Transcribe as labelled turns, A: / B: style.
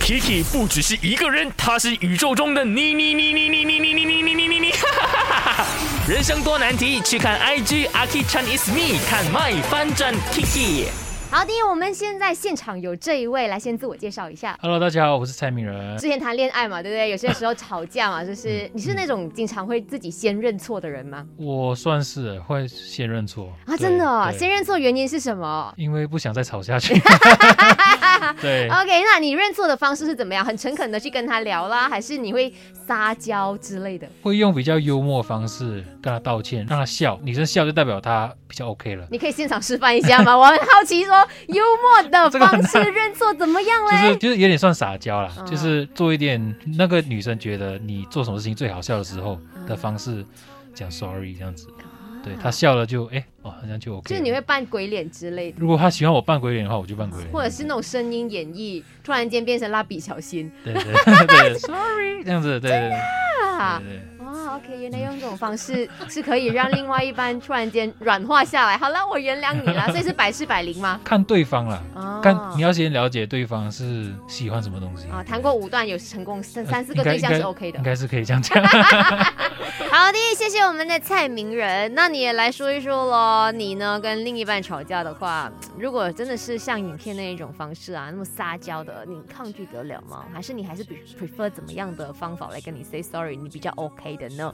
A: Kiki 不只是一个人，她是宇宙中的你你你你你你你你你你你你你。 人生多难题，去看 IG Aki Chan is me，看 my 翻转 Kiki。
B: 好的，我们现在现场有这一位，来先自我介绍一下。
C: Hello，大家好，我是蔡明仁。
B: 之前谈恋爱嘛，对不对？有些时候吵架嘛，就是
C: 嗯
B: 你是那种经常会自己先认错的人吗？
C: 我算是会先认错
B: 啊，真的、哦，
C: 嗯对
B: 先认错原因是什 么
C: 因为不想再吵下去。对，
B: ？OK，那你认错的方式是怎么样？很诚恳的去跟他聊啦，还是你会撒娇之类的？
C: 会用比较幽默的方式跟他道歉，让他笑。女生笑就代表她比较 OK 了，
B: 你可以现场示范一 下吗？我很好奇说，幽默的
C: 这个很
B: 方式认错怎么样
C: 就
B: 嘞？
C: 是就是有点算撒娇啦，
B: 嗯
C: 就是做一点那个女生觉得你做什么事情最好笑的时候的方式，讲 sorry 这样子。对她笑了就哎、哦，好像就 OK 了。
B: 就是你会扮鬼脸之类的。
C: 如果她喜欢我扮鬼脸的话，我就扮鬼脸，
B: 或者是那种声音演绎，突然间变成蜡笔小新
C: 对对对对，sorry 这样子，对对对
B: 啊！
C: 对对。
B: 哇，OK，原来用这种方式是可以让另外一半突然间软化下来。好了，我原谅 你了，所以是百试百灵吗？
C: 看对方啦，
B: 哦
C: 看你要先了解对方是喜欢什么东西
B: 啊，谈过五段有成功三
C: 呃
B: 三四个
C: 应该
B: 对象
C: 应
B: 是
C: 该
B: OK 的
C: 应。该是可以这样讲。
B: 好的，谢谢我们的蔡明仁。那你也来说一说咯，你呢跟另一半吵架的话，如果真的是像影片那一种方式啊，那么撒娇的，你抗拒得了吗？还是你还是比 prefer 怎么样的方法来跟你 say sorry，你比较 OK 的呢？